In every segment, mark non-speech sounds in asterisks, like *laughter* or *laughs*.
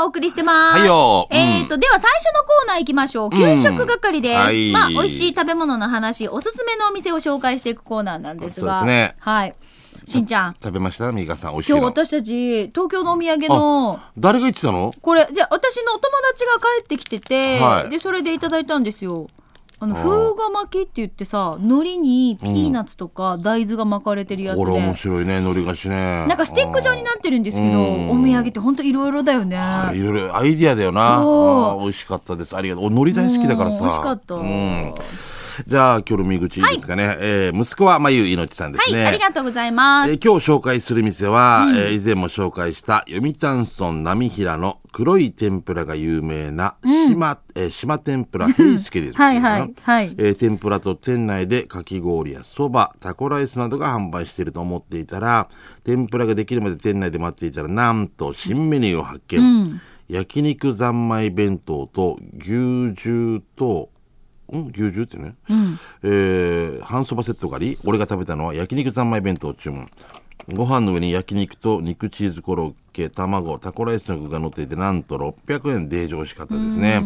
お送りしてます。はいようんえっ、と、では最初のコーナー行きましょう。ん給食係です。はいまあ、美味しい食べ物の話、おすすめのお店を紹介していくコーナーなんですが。そうですねはい。しんちゃん、食べましたミカさん、美味しい今日の。私たち、東京のお土産の、誰が言ってたのこれ、じゃあ私のお友達が帰ってきてて、はいで、それでいただいたんですよ。あの、あー風が巻きって言ってさ、海苔にピーナッツとか大豆が巻かれてるやつで。これ面白いね、海苔菓子なね。んかスティック状になってるんですけうど、んお土産って本当いろいろだよね。あいろいろアイディアだよな。あそうー美味しかったです。ありがとう。俺海苔大好きだからさ。うん美味しかった。うん。じゃあ、今日の見口いいですかね。えー息子はまゆいのちさんではすい、ね。ありがとうございまえす。ー今日紹介する店は、えー以前も紹介した読谷村波平の黒い天ぷらが有名な島、えー島天ぷら平助です、はいはいはいえー天ぷらと店内でかき氷やそばタコライスなどが販売していると思っていたら天ぷらができるまで店内で待っていたらなんと新メニューを発見、焼肉三昧弁当と牛汁とん牛汁ってね、えー半そばセットがあり俺が食べたのは焼肉三昧弁当を注文ご飯の上に焼肉と肉チーズコロッケ卵タコライスの具が乗っていてなんと600円で上しかったですね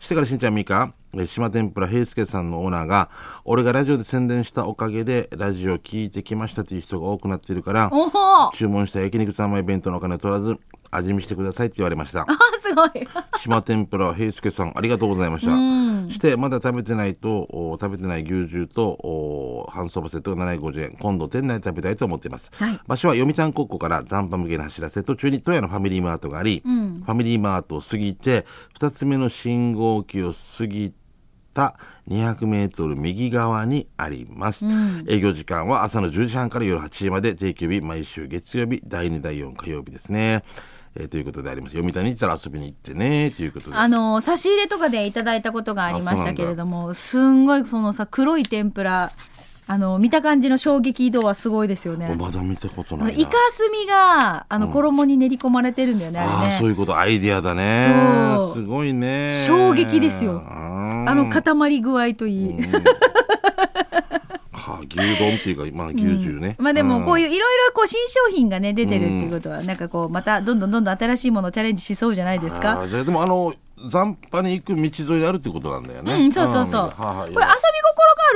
してからしんちゃんみーかえー島天ぷら平介さんのオーナーが俺がラジオで宣伝したおかげでラジオ聞いてきましたという人が多くなっているからおほ *laughs* あ、注文した焼肉三昧弁当のお金を取らず味見してくださいって言われましたすごい。島天ぷら平助さんありがとうございました、してまだ食べてないとお食べてない牛汁とお半そばセットが750円今度店内で食べたいと思っています、はい場所は読谷高校から残波向けの走らせ途中に富山のファミリーマートがあり、ファミリーマートを過ぎて2つ目の信号機を過ぎた200メートル右側にあります、営業時間は朝の10時半から夜8時まで定休日毎週月曜日第2第4火曜日ですね、えーということであります読谷に行ったら遊びに行ってねということであの、差し入れとかでいただいたことがありましたけれども、すんごいそのさ、黒い天ぷら、あの、見た感じの衝撃度はすごいですよね。まだ見たことあなのいイなカスミが、あの、衣に練り込まれてるんだよね、あああれそね。ういうことアイディアだねそうすごいね衝撃ですよああの、塊具合といい。はあ、牛丼っていうか、まあ、牛汁ね、まあでもこういいういろいろこう新商品がね出てるっていうことはなんかこうまたどんどんどんどん新しいものをチャレンジしそうじゃないですか。じゃあでもあの残波に行く道沿いであるってことなんだよね、うん、そうそうそう。んはいはいこれ遊び心があ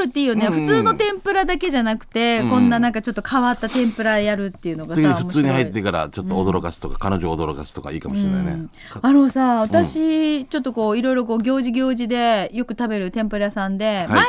るっていいよね。うん普通の天ぷらだけじゃなくて、こんななんかちょっと変わった天ぷらやるっていうのがさ、時々普通に入面っ白ていからちょっと驚かすとか、彼女を驚かすとかいいかもしれないね、かあのさ、私、ちょっとこう、いろいろこう、行事行事で、よく食べる天ぷら屋さんで、前はね、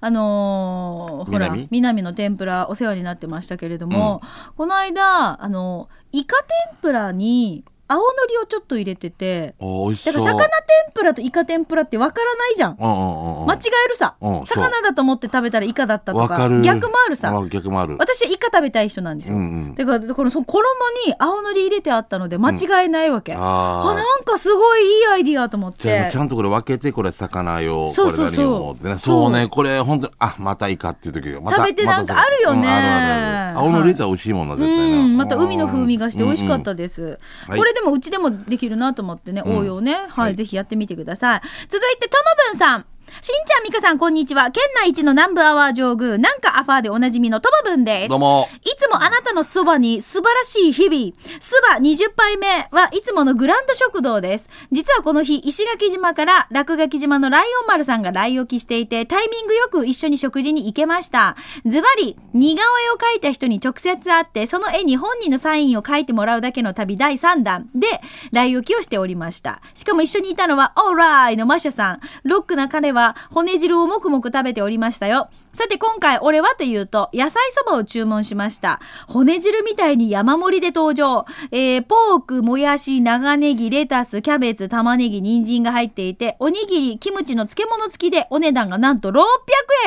あのーほら南、南の天ぷらお世話になってましたけれども、この間、あの、イカ天ぷらに青のりをちょっと入れてて、お美味しそだうから魚天ぷらとイカ天ぷらってわからないじゃん。うんうんうんうん間違えるさ、うんそう魚だと思って食べたらイカだったとわかかる逆もあるさあ逆もある私イカ食べたい人なんですよ、うんうんだからこのその衣に青のり入れてあったので間違いないわけ、ああなんかすごいいいアイディアと思っじゃあてちゃんとこれ分けてこれ魚用そうそうそうこれ何用ってねそうねこれ本当にあまたイカっていう時がまた食べてなんかまたあるよねうんあるあるある青のり入れたら美味しいもんな絶対なうんまた海の風味がして美味しかっうんたです、はいこれでもうちでもできるなと思ってね、応用ねはい、はいぜひやってみてください続いてともぶんさんしんちゃんみかさんこんにちは県内一の南部アワー上宮なんかアファーでおなじみのともぶんうんですどうもいつもあなたのそばに素晴らしい日々。そば20杯目はいつものグランド食堂です。実はこの日、石垣島から落書き島のライオン丸さんが来沖していて、タイミングよく一緒に食事に行けました。ズバリ、似顔絵を描いた人に直接会って、その絵に本人のサインを書いてもらうだけの旅第3弾で、来沖をしておりました。しかも一緒にいたのは、オーライのマシャさん。ロックな彼は、骨汁をもくもく食べておりましたよ。さて今回俺はというと、野菜そばを注文しました。骨汁みたいに山盛りで登場。えー、ポーク、もやし、長ネギ、レタス、キャベツ、玉ねぎ、人参が入っていて、おにぎり、キムチの漬物付きでお値段がなんと600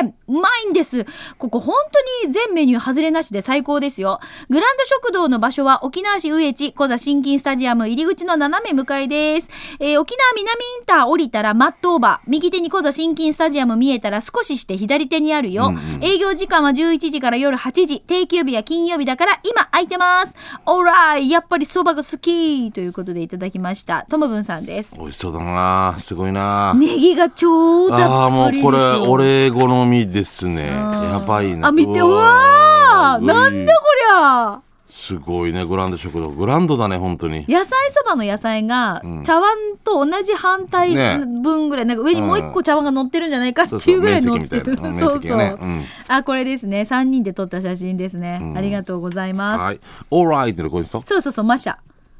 円うまいんですここ本当に全メニュー外れなしで最高ですよ。グランド食堂の場所は沖縄市上地、小座新金スタジアム入り口の斜め向かいです。えー沖縄南インター降りたらマットオーバー、右手に小座新金スタジアム見えたら少しして左手にあるよ。営業時間は11時から夜8時、定休日は金曜日だから今空いてます。オーライやっぱり蕎麦が好きということでいただきました。ともぶんさんです。美味しそうだなすごいなネギが超あたあっぷもうりですよ。これ俺好みですねんやばいなあ見てうわあういなんだこりゃすごいねグランド食堂グランドだね本当に野菜そばの野菜が茶碗と同じ反対分ぐらい、なんか上にもう一個茶碗が乗ってるんじゃないかっていうぐらい乗ってる、そうそう *laughs* 面そう積みそう、たいな面積がねあこれですね3人で撮った写真ですね、うんありがとうございます、はい「オーライ」ってのこの人そうそうそうマシャ、あ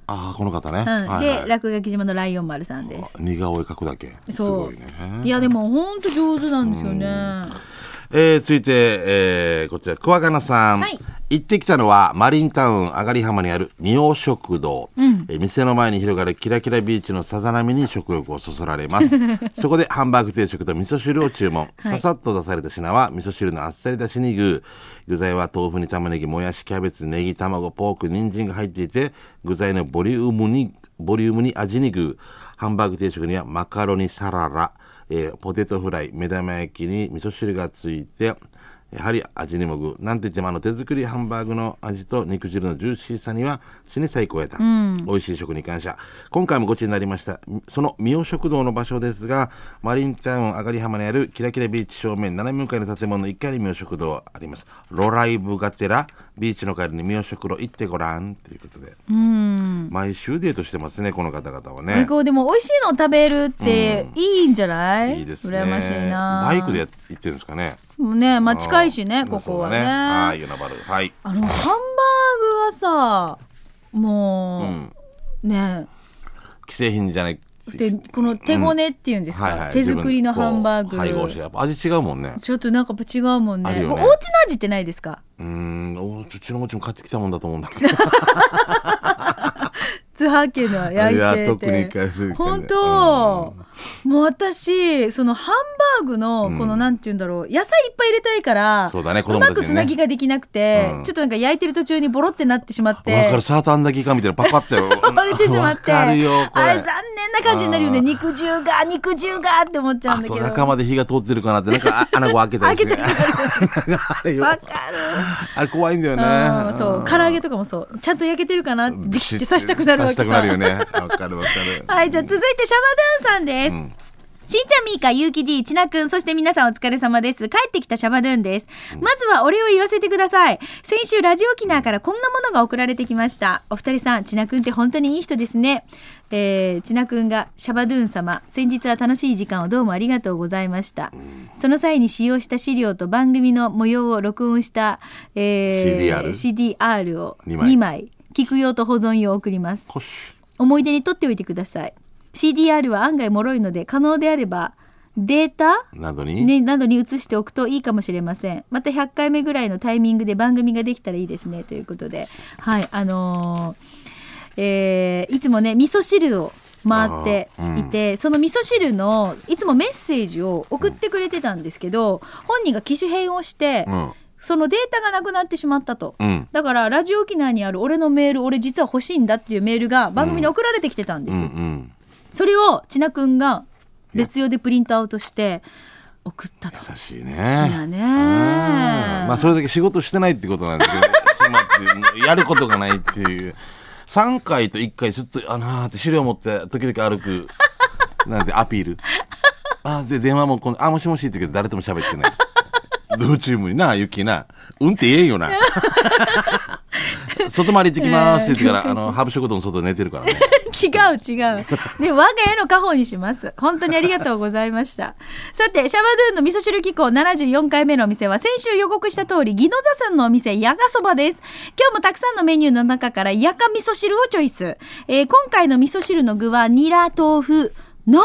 あこの方ね、うんはいで、はい落書き島のライオン丸さんです似顔絵描くだけすそごういねいやでもほんと上手なんですよね、えー、続いて、えー、こちら、桑ガナさん、はい行ってきたのは、マリンタウン上がり浜にある、ミオ食堂、うんえー店の前に広がるキラキラビーチのさざ波に食欲をそそられ *laughs* ます。そこで、ハンバーグ定食と味噌汁を注文。はいささっと出された品は、味噌汁のあっさりだしに具。具材は、豆腐に玉ねぎ、もやし、キャベツ、ネギ、卵、ポーク、人参が入っていて、具材のボリュームに、ボリュームに味に具。ハンバーグ定食には、マカロニサララ。えーポテトフライ目玉焼きに味噌汁がついてやはり味にも具なんて言ってもあの手作りハンバーグの味と肉汁のジューシーさには死に最高やった、美味しい食に感謝今回もごちになりましたその三尾食堂の場所ですがマリンタウン上がり浜にあるキラキラビーチ正面斜め向かいの建物の1階に三尾食堂ありますロライブがてらビーチの帰りに三尾食堂行ってごらんということでうん毎週デートしてますねこの方々はね最高でも美味しいのを食べるっていいんじゃない、いいですね羨ましいなバイクでやっ行ってるんですかねもうねまあ近いしねうんここはねそうだはい、ヨナバル。はい。あのハンバーグはさうもん。う、ね既製品じゃない。でこの手ごねっていうんですか、手作りのハンバー自分でこう配合して、グやっぱ味違うもんね。ちょっとなんかやっぱ違うもんあねるよねこれお家の味ってないですかうーん、おうちのおうちも買ってきたもんだと思うんだけど。津波家 *laughs* の *laughs* 焼いいてやて特に一回するけどね本当、もう私そのハンバーグのこの、うんなんて言うんだろう野菜いっぱい入れたいからそうだね、子う供またちくにつなぎね。ができなくて、うんちょっとなんか焼いてる途中にボロってなってしまってわかる、サーターアンダギーかみたいなパパって。 *laughs* *laughs* 割れてしまってわかるよ、こあれれ残。念な感じになるよねうん肉汁が肉汁がって思っちゃうんあ、だそけう、ど中まで火が通ってるかなって、なんかあ穴を開けたり *laughs* し *laughs* 開けて。たあれよ、わかる、あれ怖いんだようねん。そう唐揚げとかもそうちゃんと焼けてるかなってジキって刺したくなるわけ刺したくなるよさね。わかるわかる。 *laughs* はいじゃあ続いてシャバドゥンさんです、うんしんちゃんみーか、ゆうき D、ちなくん、そして皆さんお疲れ様です。帰ってきたシャバドゥンです。まずはお礼を言わせてください。先週、ラジオ沖縄からこんなものが送られてきました。お二人さん、ちなくんって本当にいい人ですね。えー、ちなくんが、シャバドゥン様、先日は楽しい時間をどうもありがとうございました。その際に使用した資料と番組の模様を録音した、えー CDR を二枚2枚、聞く用と保存用を送ります。ほし。思い出に取っておいてください CDR は案外脆いので可能であればデータ、などに。ね、などに移しておくといいかもしれませんまた100回目ぐらいのタイミングで番組ができたらいいですねということではいあのーえーいつもね味噌汁を回っていて、その味噌汁のいつもメッセージを送ってくれてたんですけど、本人が機種変をして、うん。そのデータがなくなってしまったと、うん。だからラジオ沖縄にある俺のメール俺実は欲しいんだっていうメールが番組に送られてきてたんでうすんよ、うん。それを千奈くんが別用でプリントアウトして送ったと優しいね。ちなねうんまあそれだけ仕事してないってことなん *laughs* ですけど、暇っていうやることがないっていう。3回と1回ちょっと、あのーって資料持って時々歩く、なんてアピール。あで、電話もこの、あ、もしもしって言うけど誰とも喋ってない。どチームにな、ゆきな。うんって言えんよ *laughs* な。外回り行ってきますって言ってから、あの、ハブ食堂の外で寝てるからね。違う違う。ね、我が家の家宝にします。本当にありがとうございました。さて、シャバドゥンの味噌汁機構74回目のお店は、先週予告した通り、ギノザさんのお店、ヤガそばです。今日もたくさんのメニューの中から、ヤカ味噌汁をチョイス。えー今回の味噌汁の具は、ニラ、豆腐、軟骨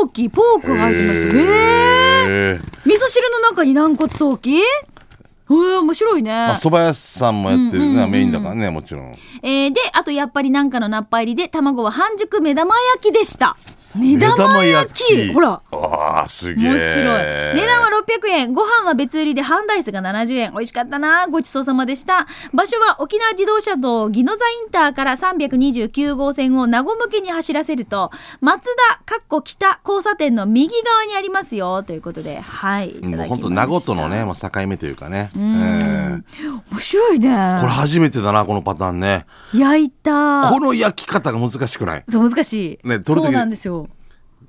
早期、ポークが入ってました。へーへー味噌汁の中に軟骨早期へー、面白いね。まあ、蕎麦屋さんもやってるのはメインだからね、もちろん。えーで、あとやっぱりなんかのナッパ入りで、卵は半熟目玉焼きでした。目玉焼き目玉焼きほら。ああ、すげえ。面白い。値段は600円。ご飯は別売りで半ライスが70円。美味しかったな。ごちそうさまでした。場所は沖縄自動車道宜野座インターから329号線を名護向けに走らせると、松田、かっこ北交差点の右側にありますよ。ということで、はい。いただきましもうた本当名護とのね、。まあ、境目というかね。えうーん。面白いね。これ初めてだな、このパターンね。焼いた。この焼き方が難しくないそう、難しい。ね取る時そうなんですよ。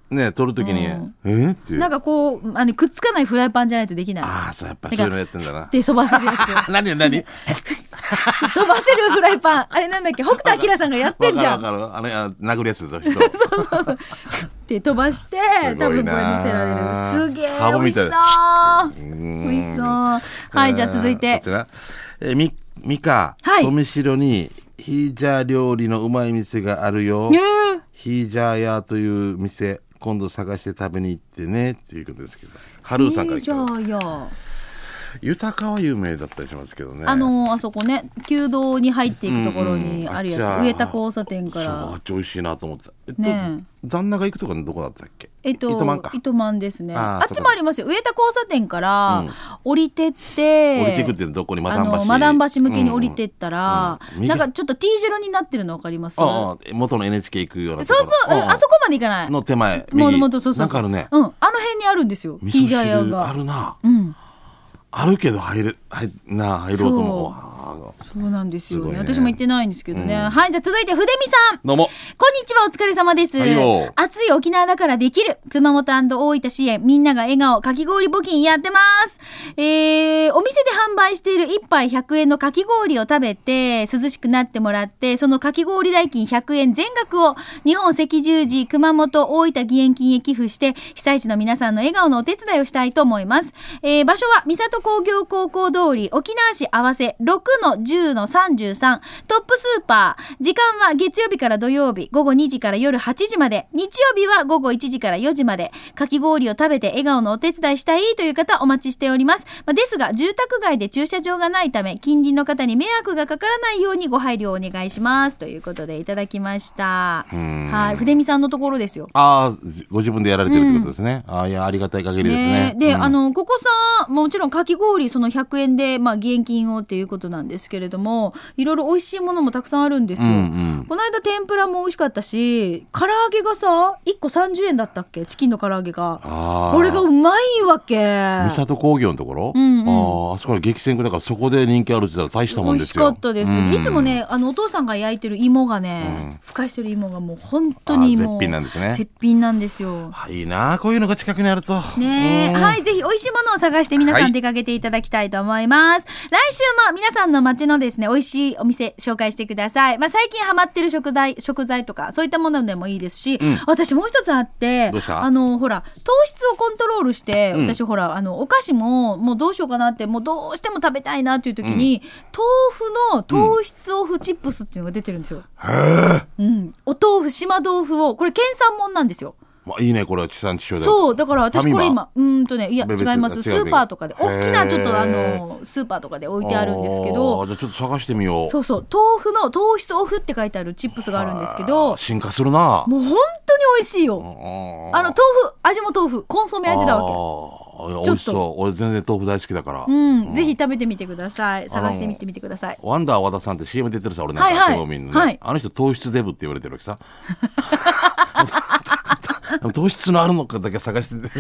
ね、取るときに、うんえっていなんう。かこう、あの、くっつかないフライパンじゃないとできない。 *laughs* ああ、そう、やっぱそういうのやってんだな。で、飛ばせるやつ。何何飛ばせるフライパンあれなんだっけ北斗晶さんがやってんじゃわんかるわかる。あの、あの殴るやつですよ、人。って飛ばしてす多ごい分これな乗せられるすげえ美ハブ味みしたそいううん *laughs* 美味しそうはいじゃあ続いうんてこちら。えー、み、みか、はい富城に、ヒージャー料理のうまい店があるよ。ねえヒージャー屋という店、今度探して食べに行ってね、っていうことですけど。ハルーさんからいいじゃ来てる。んよ豊川は有名だったりしますけどね。あのあそこね旧道に入っていくところうんうんにあるやつ、あっちゃ植田交差点かそうあらっち美味しいなと思ってた。えっと、ね旦那が行くとこどこだったっけえっと、糸満か。糸満ですねああーっちもありますよ上田交差点からうん降りてって、降りてくっていうのどこにマあダン橋のマダン橋向けに降りてっ、たら、うんうんなんかちょっと T 字路になってるの分かりますうんうんああ元の NHK 行くようなとそこうろそう、あそこまで行かない。の手前も右もとそうそうそうなんかあるねうん、あの辺にあるんですよ。味ヒー噌ジャー屋汁が。あるなうん、あるけど入る入なあ入ろうと思うわあそうなんですよねすごいね私も行ってないんですけどね。うんはい、じゃあ続いて、筆見さん。どうもこんにちは、お疲れ様です。はいよ暑い沖縄だからできる。熊本大分支援、みんなが笑顔、かき氷募金やってます。えー、お店で販売している1杯100円のかき氷を食べて、涼しくなってもらって、そのかき氷代金100円全額を、日本赤十字、熊本大分義援金へ寄付して、被災地の皆さんの笑顔のお手伝いをしたいと思います。えー、場所は、三里工業高校通り、沖縄市合わせ6-10-33、トップスーパー、時間は月曜日から土曜日、午後2時から夜8時まで、日曜日は午後1時から4時まで、かき氷を食べて笑顔のお手伝いしたいという方お待ちしております。まあ、ですが、住宅街で駐車場がないため、近隣の方に迷惑がかからないようにご配慮をお願いします。ということでいただきました。んはい、筆見さんのところですよ。ああご自分でやられてるってことですね、ああいやありがたい限りですねで、うんあのここさんもちろんかき氷その100円でまあ現金をっていうことなんですけれどもいろいろ美味しいものもたくさんあるんですうよ、んうんこの間天ぷらも美味しかったし唐揚げがさ1個30円だったっけチキンの唐揚げがああこれがうまいわけ三美郷工業のところ、うんうんあああそこは激戦区だからそこで人気あるって言ったら大したもん味でしすかよったです、うんいつもねあのお父さんが焼いてる芋がね、うんふかしてる芋がもう本当にあーもう絶品なんですね絶品なんですよあいいなあこういうのが近くにあるとねえ、うんはい、ぜひ美味しいものを探して皆さはんい出かけていただきたいと思います。来週も皆さんの街のですね、美味しいお店紹介してください。まあ最近ハマってる食材、食材とか、そういったものでもいいですし、ん私もう一つあってどうし、たあの、ほら、糖質をコントロールして、うん私ほら、あの、お菓子も、もうどうしようかなって、もうどうしても食べたいなっていう時に、豆腐の糖質オフチップスっていうのが出てるんですよ。うん。お豆腐、島豆腐を、これ県産もんなんですよ。まあ、いいねこれは地産地消でそうだから私ファミこマれ今うーんとねいやベベス違いますあス違うーパーとかでベベ大きなちょっへとーあのスーパーとかで置いてあるんですけどあーじゃあちょっと探してみようそうそう豆腐の糖質オフって書いてあるチップスがあるんですけどあー進化するなもう本当に美味しいよああの豆腐味も豆腐コンソメ味だわちょっわ美と味しそう俺全然豆腐大好きだから、けうんぜひ食べてみてください探してみてみてくださいワンダー和田さんって CM 出てるさ俺なんか、はいはいテロミンのね、はいあの人糖質デブって言われてるわけ *laughs* さ糖質のあるのかだけ探してて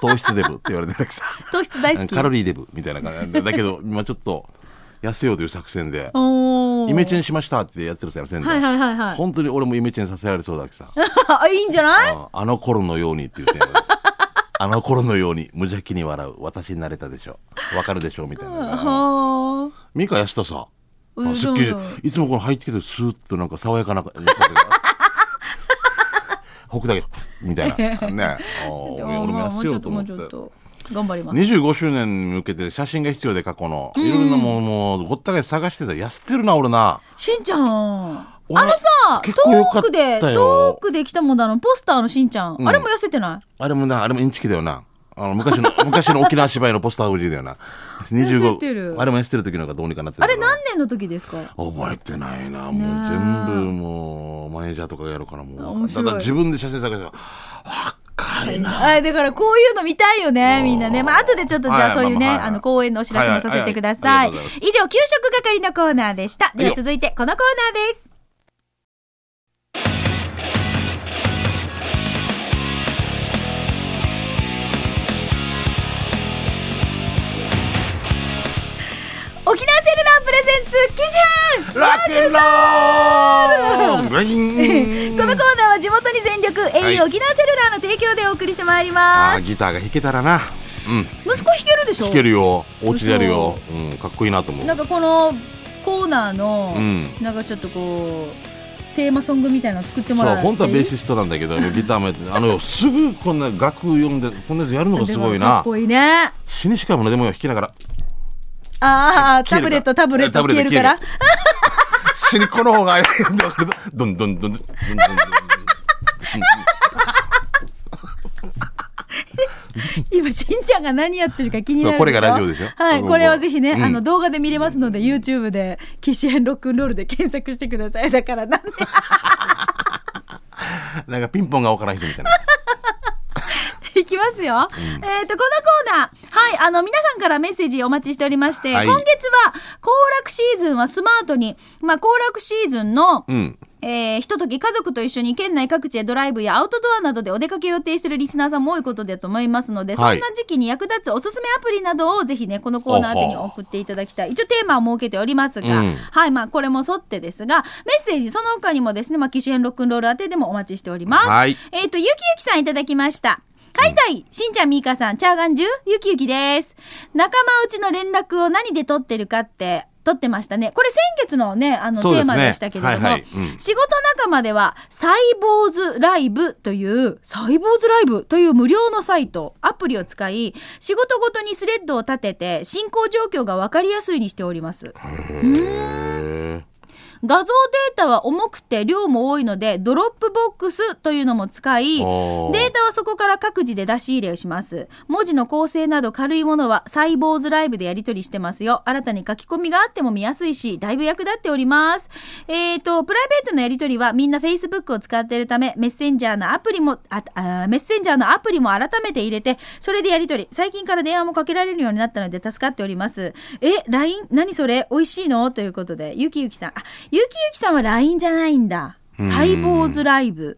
糖質デブって言われてるわけさ糖質大好きカロリーデブみたいな感じでだけど今ちょっと痩せようという作戦でおーイメチェンしましたってやってるさやせんで、はいはいはいはい本当に俺もイメチェンさせられそうだわけさ *laughs* あいいんじゃない *laughs* ああの頃のようにって言ってあの頃のように無邪気に笑う私になれたでしょわかるでしょみたいなはー美香やしたさうんあすっきりどうぞいつもこの入ってきてスーッとなんか爽やかな風が *laughs* 北斗よみたいな *laughs* ねあーじ俺ゃあ俺もまあやもせうちよょうっとと思もっうてちょっと頑張ります25周年に向けて写真が必要で過去のいろいろなもんもうごった返探してた痩せてるな俺なしんちゃん。あ俺のさ、結構良かトーったクで、よトークで来たもんだの、ポスターのしんちゃん。うんあれも痩せてないあれもなあれもインチキだよなあの昔の *laughs* 昔の沖縄芝居のポスター夫人だよな *laughs* 痩せてる25あれも痩せてる時の方がどうにかなってるあれから何年の時ですか覚えてないなもねえう全部もうマネージャーとかがやるからもう面わか白いだから自分で写真探して若いなはい、だからこういうの見たいよね、みんなね。まあ、後でちょっとじゃあはいそういうね、まあまああの、公演のお知らせもさせてください。はいはいはいありがとうございます以上、給食係のコーナーでした。でいいはよ続いて、このコーナーです。沖縄セルラープレゼンツ、機種編ラッキンロールグリーンこのコーナーは地元に全力、い au 沖縄セルラーの提供でお送りしてまいりあまーす。ギターが弾けたらなうん息子弾けるでしょ弾けるよお家でやるよ、うん、かっこいいなと思うなんかこのコーナーの、うんなんかちょっとこうテーマソングみたいなの作ってもそうらって本当はベーシストなんだけ *laughs* どギターもやっててあのすぐこんな楽読んでこんなやつやるのがすごいでもかっなこいいね死にしかもねでも弾きながらああ消タブえるからレットタブレットタブレ消ッえトるから死にこの方が早いんだけどどんどんどんどんどんどんどんどん今しんちゃんが何やってるか気になるそでしょうこれがラジオでしょはいうんこれはぜひね、うんあの動画で見れますので YouTube で「騎士編ロックンロール」で検索してくださいだから *laughs* なんでなんかピンポンが分からん人みたいな。いきますよ、えっ、とこのコーナーはいあの皆さんからメッセージお待ちしておりまして、はい今月は行楽シーズンはスマートにまあ行楽シーズンの、うん。えー、ひととき家族と一緒に県内各地へドライブやアウトドアなどでお出かけを予定しているリスナーさんも多いことだと思いますので、はいそんな時期に役立つおすすめアプリなどをぜひねこのコーナー宛てに送っていただきたい一応テーマを設けておりますが、うんはいまあこれも沿ってですがメッセージその他にもですねまあ機種編ロックンロール宛てでもお待ちしております、はいえっ、とゆきゆきさんいただきました開催、しんちゃんみーかさんチャーガンジュゆきゆきです仲間内の連絡を何で取ってるかって取ってましたねこれ先月のねあのそうでテーすねマでしたけれども、はいはいうん仕事仲間ではサイボーズライブというサイボーズライブという無料のサイトアプリを使い仕事ごとにスレッドを立てて進行状況が分かりやすいにしておりますへえ。画像データは重くて量も多いのでドロップボックスというのも使いデおーータはそこから各自で出し入れをします文字の構成など軽いものはサイボーズライブでやり取りしてますよ新たに書き込みがあっても見やすいしだいぶ役立っておりますえーとプライベートのやり取りはみんな Facebook を使っているためメッセンジャーのアプリもああメッセンジャーのアプリも改めて入れてそれでやり取り最近から電話もかけられるようになったので助かっておりますえ LINE 何それ美味しいのということでゆきゆきさんあゆきゆきさんは LINE じゃないんだうんサイボーズライブ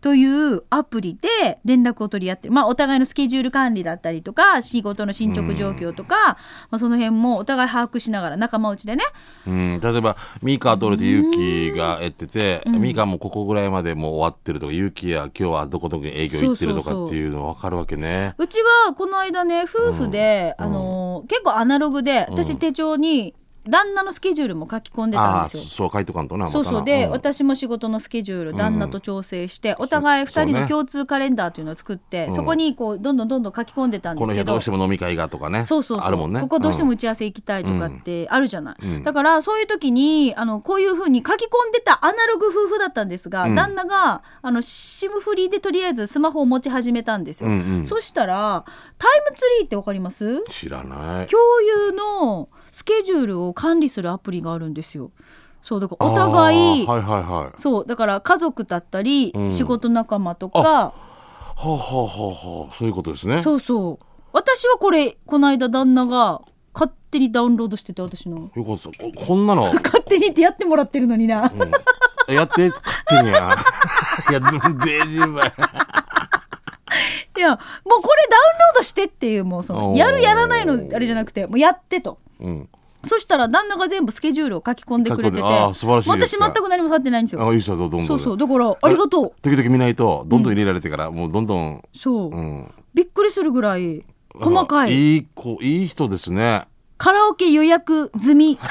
というアプリで連絡を取り合ってる、まあ、お互いのスケジュール管理だったりとか仕事の進捗状況とか、まあ、その辺もお互い把握しながら仲間内でねうん、例えばミカとれてユキがやってて、ミカもここぐらいまでもう終わってるとか、ユキや今日はどこどこに営業行ってるそとうそかうそうっていうの分かるわけね。うちはこの間ね夫婦で、うんあのー結構アナログで私手帳に旦那のスケジュールも書き込んでたんああ、ですよ。そう書いとかんとな。そうまたそうなで、ん私も仕事のスケジュール旦那と調整して、お互い2人そうのね共通カレンダーというのを作ってそ,、うんこにこうどんどんどんどん書き込んでたんでこすのけ日どどうしても飲み会がとかね。そうそうそうあるもんね。ここどうしてもん打ち合わせ行きたいとかってあるじゃない、うんだからそういう時にあのこういうふうに書き込んでたアナログ夫婦だったんですが、うん旦那があのシムフリーでとりあえずスマホを持ち始めたんですよ、うんうんそしたらタイムツリーってわかります知らない。共有のスケジュールを管理するアプリがあるんですよそうだからお互いあーはいはいはい。そうだから家族だったり、うん仕事仲間とかはあ、はあはあはあ、そういうことですね。そうそう私はこれこの間旦那が勝手にダウンロードしてて私のよかった。ここんな *laughs* の。勝手にってやってもらってるのになうんやって、勝手にや。 *laughs* いや、でも、デージーバイ。いやもうこれダウンロードしてっていうもうそのおーやるやらないのあれじゃなくてもうやってとうん。そしたら旦那が全部スケジュールを書き込んでくれてて書き込んであー素晴らしいです私全く何も触ってないんですよあ、いい人だ、どんどん。そうそうだからありがとう時々見ないとどんどん入れられてから、もうどんどん、そう、うん、びっくりするぐらい細かあいいい子いい人で *laughs* すねカラオケ予約済み、あ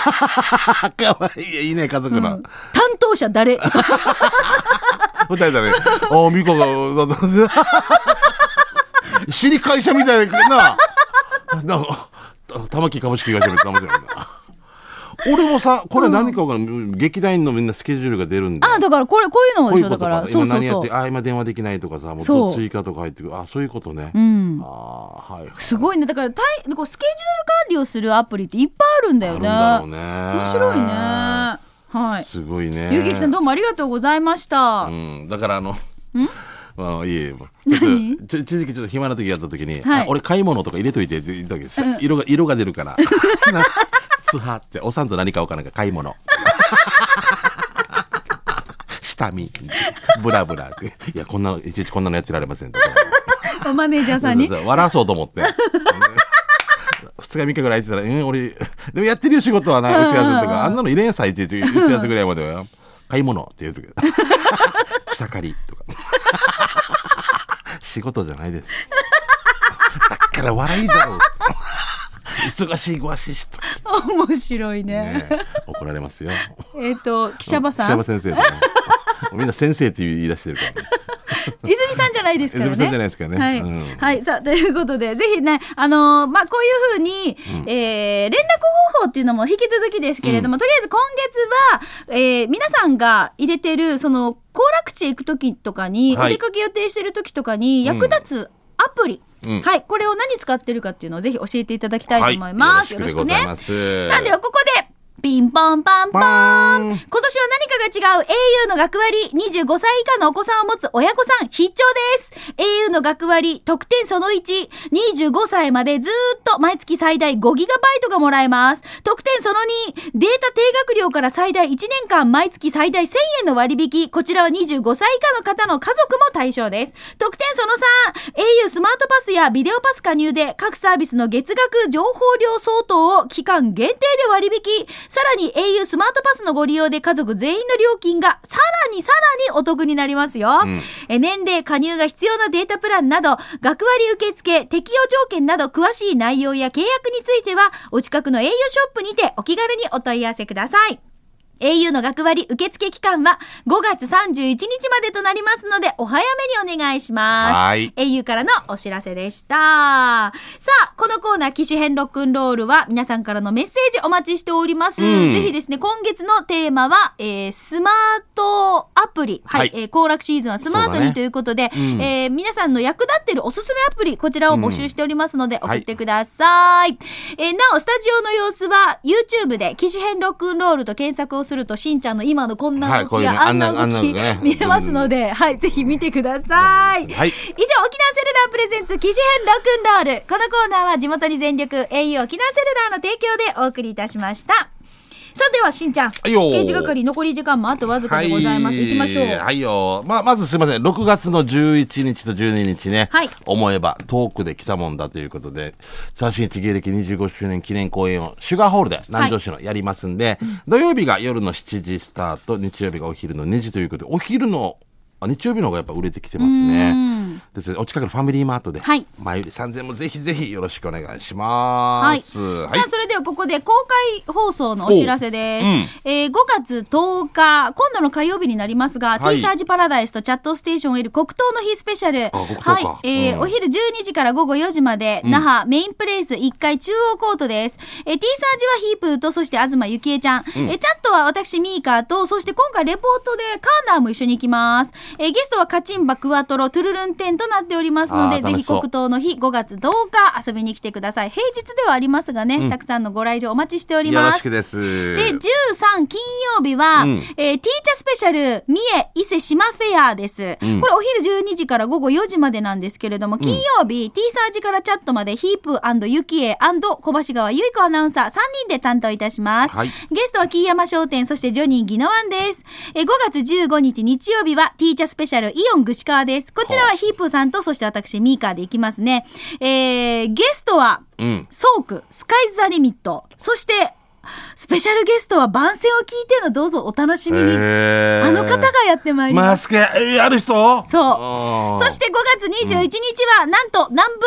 かわいいいいね家族うんの、担当者誰と *laughs* か二人だねああ美子がだだ死に会社みたいなななた玉木株式会社みたいな俺もさこれ何かわからん、劇団員のみんなスケジュールが出るんであだからこれこういうのこでういしうょだことかからそう今そう何やっそうて、あ今電話できないとかさもそうう追加とか入ってくるあそういうことね、うんああはいすごいねだからたいこうスケジュール管理をするアプリっていっぱいあるんだあよるんねだろうね面白いねはいすごいね。ゆうききさんどうもありがとうございました、うん、だからあの。 *laughs* まあ、いえ、まあ何ちょっとちょ一時期ちょっと暇な時やった時に、はいあ俺買い物とか入れといてって言ったわけですよ、色が、色が出るから。 *laughs* なつはって、おさんと何買おうかなんか買い物。 *laughs* 下見、ブラブラって、いや、こんな、いちいちこんなのやってられませんとか。マネージャーさんにそうそうそう笑わそうと思って。 *laughs* 二日三日ぐらい空いてたら、うん、俺、でもやってるよ仕事はな、打ち合わせとか、あんなの入れんさいって言って、打ち合わせぐらいまでは、買い物って言う *laughs* とき、草刈りとか。 *laughs* 仕事じゃないです。だから笑いだろう。忙しいごわししとか面白いねね。お怒られますよ。えっ、と、記者場さ北ん。場泉先生とかねみんな先生って言い出してるから *laughs* ね。さんじゃないですからね。泉さんじゃないですからねはい。うんはい。さあ、ということで、ぜひね、あのーまあ、こういうふうに、えー連絡方法っていうのも引き続きですけれども、とりあえず今月は、えー皆さんが入れてる、その、行楽地行くときとかに、はいお出かけ予定してるときとかに、役立つアプリ、うんはい。これを何使ってるかっていうのをぜひ教えていただきたいと思います。よろしくでございます。さあではここでピンポンパンポーンパーン今年は何かが違う au の学割25歳以下のお子さんを持つ親御さん必聴です au の学割特典その125歳までずーっと毎月最大5ギガバイトがもらえます特典その2データ定額料から最大1年間毎月最大1000円の割引こちらは25歳以下の方の家族も対象です特典その3 au スマートパスやビデオパス加入で各サービスの月額情報量相当を期間限定で割引さらに au スマートパスのご利用で家族全員の料金がさらにさらにお得になりますよ、んえ年齢加入が必要なデータプランなど学割受付適用条件など詳しい内容や契約についてはお近くの au ショップにてお気軽にお問い合わせください au の学割受付期間は5月31日までとなりますのでお早めにお願いします。はい。 au からのお知らせでした。さあ、このコーナー、機種編ロックンロールは、皆さんからのメッセージお待ちしております。うんぜひですね、今月のテーマは、えースマートアプリ。はい。はいえー行楽シーズンはスマートそうだにねということで、うんえー皆さんの役立ってるおすすめアプリ、こちらを募集しておりますので、ん送ってください。えーなお、スタジオの様子は、YouTube で、機種編ロックンロールと検索をすると、しんちゃんの今のこんはない動こうきいうねや、あんなあん動なき、あんな動きね見れますので、はい。ぜひ見てください。以はい。上沖縄セルラープレゼンツ機種編ロックンロールこのコーナーは地元に全力 au 沖縄セルラーの提供でお送りいたしましたさあではしんちゃんいよー刑事係残り時間もあとわずかでございます、行きましょう、はいよ。まあ、まずすいません。6月の11日と12日ね。はい思えば、遠くで来たもんだということで、最新地芸歴25周年記念公演をシュガーホールで南城市のやりますんで、土曜日が夜の7時スタート、日曜日がお昼の2時ということで、お昼の、あ日曜日の方がやっぱ売れてきてますね。ですね。お近くのファミリーマートで、はい前より3000もぜひぜひよろしくお願いします。さあそれではここで公開放送のお知らせです、おううんえー5月10日今度の火曜日になりますが、はいティーサージパラダイスとチャットステーションを得る黒糖の日スペシャル黒糖かはいえーうんお昼12時から午後4時まで、那覇メインプレイス1階中央コートです、えー、T サージはヒープーとそして東ゆきえちゃん、えーチャットは私ミーカーとそして今回レポートでカーナーも一緒に行きます、えーゲストはカチンバクワトロトゥルルン店となっておりますのあでーぜ楽ひしそう黒糖の日5月10日遊びに来てください平日ではありますがね、たくさんのご来場お待ちしておりよまろすしくです。で、13金曜日は、うんえーティーチャースペシャル、三重伊勢島フェアです、んこれお昼12時から午後4時までなんですけれども、金曜日、ティーサージからチャットまで、ヒープーユキエ小橋川ゆい子アナウンサー3人で担当いたします。はいゲストは木山商店、そしてジョニー・ギノワンです。えー5月15日日曜日は、ティーチャースペシャル、イオン・グシカワです。こちらはヒープーさんと、そして私、ミーカーでいきますね。えーゲストは、うん。ソーク、スカイズ・ザ・リミット、そして、スペシャルゲストは番宣を聞いてのどうぞお楽しみに。へーあの方がやってまいりまマす。スケ、えーある人、そう。そしてて5月21日は、なんと南部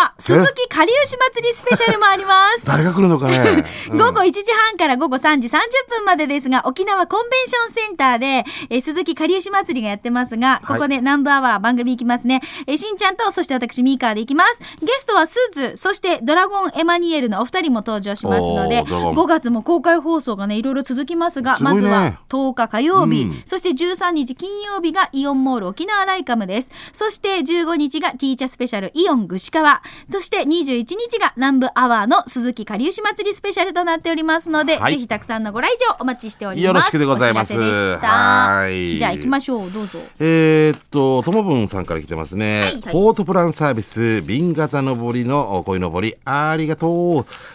アワー、鈴木かりゆし祭りスペシャルもあります。。誰が来るのかね *laughs* 午後1時半から午後3時30分までですが、沖縄コンベンションセンターで、えー鈴木かりゆし祭りがやってますが、ここで南部アワー番組行きますね。えーしんちゃんと、そして私、ミーカーで行きます。ゲストはスーズ、そしてドラゴンエマニュエルのお二人も登場しますので、おードラゴン5月も公開放送がね、いろいろ続きますが、すまごいずねは10日火曜日、うんそして13日金曜日がイオンモール沖縄ライカムです。そして15日がティーチャースペシャルイオン串川。そして21日が南部アワーの鈴木かりゆし祭りスペシャルとなっておりますので、はいぜひたくさんのご来場お待ちしております。よろしくでございますお知らせでしたはいじゃあ行きましょう。どうぞ。えーっと、ともぶんさんから来てますね。はいはいポートプランサービス、瓶型登りのお鯉のぼり、ありがとう、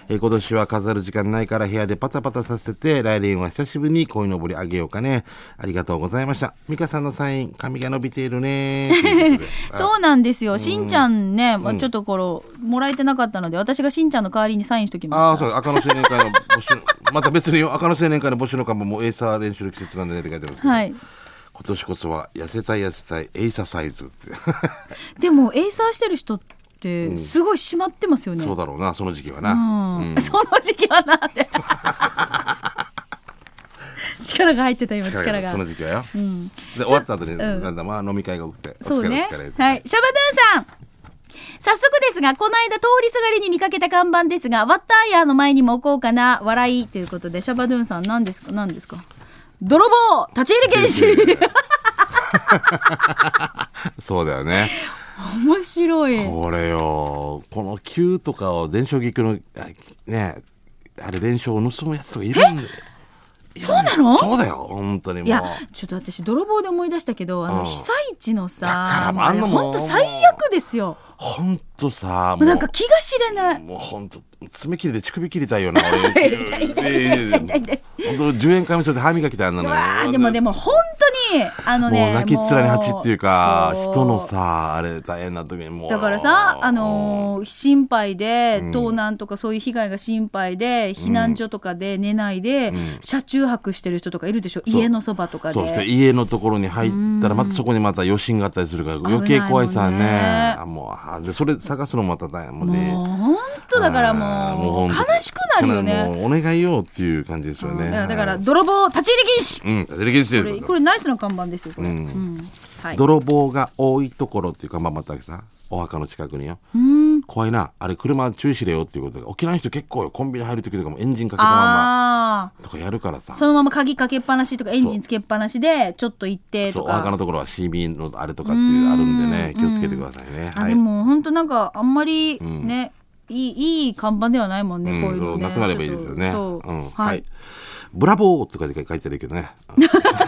えー今年は飾る時間ないから部屋でパタパタさせて、来年は久しぶりに鯉のぼりあげようかね。ありがとうございました。美香さんのサイン、髪が伸びてい *laughs* るね。ということでそうなんですよ。しんちゃんね、まあちょっとこの、もらえてなかったので、私がしんちゃんの代わりにサインしときあまあ、した。そう、赤の青年会の募集、また別に赤の青年会の募集の看板もエイサー練習の季節なんでねって書いてますけど、はい。今年こそは痩せたい痩せたいエイササイズって、でも、エイサーしてる人って、すごい締まってますよね。そうだろうな、その時期はな。 *laughs* うんその時期はなんで。力が入ってた今力力ががその時期はようんで終わった後に、うんなんだまあ飲み会が多くておそ疲うれおね疲れってはいシャバドゥンさん早速ですが、この間通りすがりに見かけた看板ですが、ワッターヤーの前にも置こうかな、笑いということで、シャバドゥンさん、何ですか、何ですか。泥棒立ち入り禁止 *laughs* そうだよね面白 *laughs* い。これよこの Q とかを伝承菊のあねあれ伝承を盗むやつとかいるんだよそうなのそうだよ本当にもういやちょっと私泥棒で思い出したけどあうのん被災地のさ、だからもうああんれなもん本当最悪ですよ本当さもうなんか気が知れないもう本当爪切りで乳首切りたいよな俺 *laughs* 痛い痛い痛い痛い痛い痛い本当10円紙それで歯磨きたいあんなうのよわーでもでも本当にあのねもう泣きっ面に蜂っていうかもう人のさあれ大変な時にもうだからさ、あのー心配で、うん盗難とかそういう被害が心配で、避難所とかで寝ないで、ん車中泊してる人とかいるでしょ、う家のそばとかそうそでう。家のところに入ったらまたそこにまた余震があったりするから余計怖いさ危ないねもんねあもうあでそれ探すのもまた大変もうもうね本当だからあーもう、本当悲しくなるよもね。うお願いよっていう感じですようんだねからだから、はい泥棒立ち入り禁止うんテレビしてこれ、るこれナイスな看板ですよ、これ。ううんん。はい。泥棒が多いところっていうかまあまたさお墓の近くにようん。怖いなあれ車注意しれよっていうことが沖縄の人結構よコンビニ入る時とかもエンジンかけたまあまとかやるからさあ。そのまま鍵かけっぱなしとか、エンジンつけっぱなしで、ちょっと行ってそとうお墓かの。ところは CB のあれとかっていうあるんでねう気んをつけてくださいねあはいでも本当なんかあんまりんね、いいいい看板ではないもんね、うんこういうそのうねなくなればいいですよねちょっとうんそうはい、ブラボーとかで書いてあるけ *laughs* どね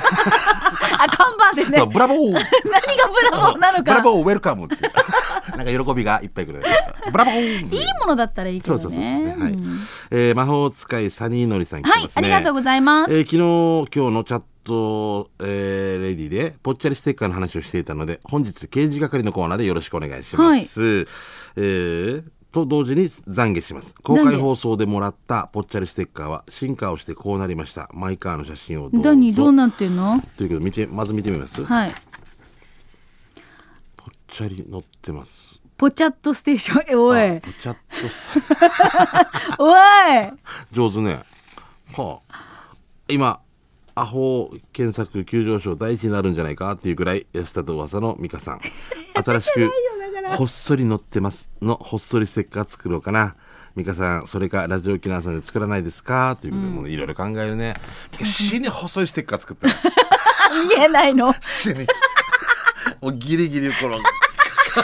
あ看板でねそうブラボー何がブラボー *laughs* なのブラかボーウェルカムっていう *laughs* なんか喜びがいっぱいく *laughs* るブラボーいいものだったらいいけそどうねそうそうそうねはいうんえー魔法使いサニーのりさん来てはいますあねりがとうございます、えー昨日今日のチャット、えーレディでぽっちゃりステッカーの話をしていたので本日刑事係のコーナーでよろしくお願いします、えーと同時に懺悔します公開放送でもらったぽっちゃりステッカーは進化をしてこうなりましたマイカーの写真をどうぞ何どうなってんのということで見てまず見てみます、はいぽっちゃり乗ってますポチャットステーションえおあいぽちゃっおいと上手ねはあ今アホ検索急上昇第一になるんじゃないかっていうくらい安田と噂の美香 *laughs* さん新しくほっそり乗ってますのほっそりステッカー作ろうかな美香さんそれかラジオ沖縄さんで作らないですかということで、もういろいろ考えるね死に細いステッカー作ったよ見えない *laughs* の死 *laughs* にもうギリギリこの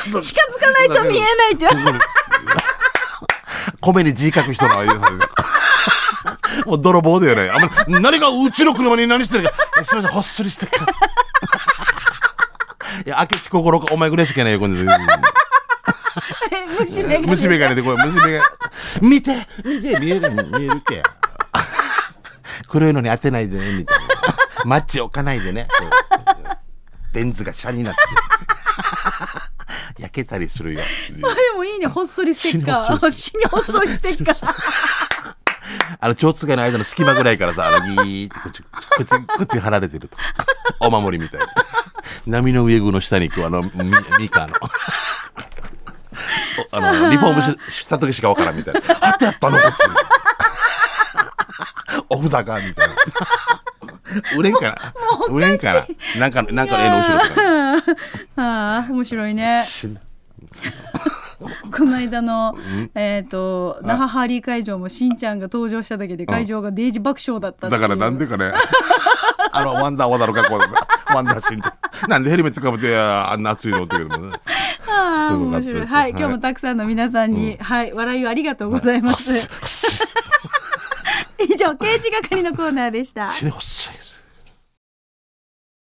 近近づかないと見えないって言われ米に字書く人のあれですよねもう泥棒だよね。あんま何がうちの車に何してるか。えすみません、ほっそりしてるから。いや、明智心か、お前ぐらいしかいないよ、こんなて *laughs* 虫眼鏡虫眼鏡でこれ、虫眼鏡。見て見て見える見えるけ。黒いのに当てないでね、みたいな。マッチ置かないでね。こうレンズがシャになって。焼けたりするよ。あでもいいねほっそりステッカー死に細いステッカ *laughs* ーあの、蝶つがの間の隙間ぐらいからさ、あの、ギーってこっち、こっち、こっち貼られてると。お守りみたいな。波の上具の下に行く、あの、み、ミカの。おあの、リフォームしした時しかわからんみたいな。貼ってあったのこっちに。お札が、みたいな。売れんかな売れんかななんか、なんかの絵の後ろとかに。ああ面白いね死ぬこの間の、えっ、と、那覇ハーリー会場もしんちゃんが登場しただけで会場がデイジ爆笑だったっていだうからなんでかね。あの、ワンダーワダの格好で、ワンダー死んで。なんでヘルメットかぶって、あんな暑いのって言うけどもね。ああ、すごか面ったです白い。はい、はい今日もたくさんの皆さんに、はい、笑いをありがとうございます。以上、刑事係のコーナーでした。死ねほっそいです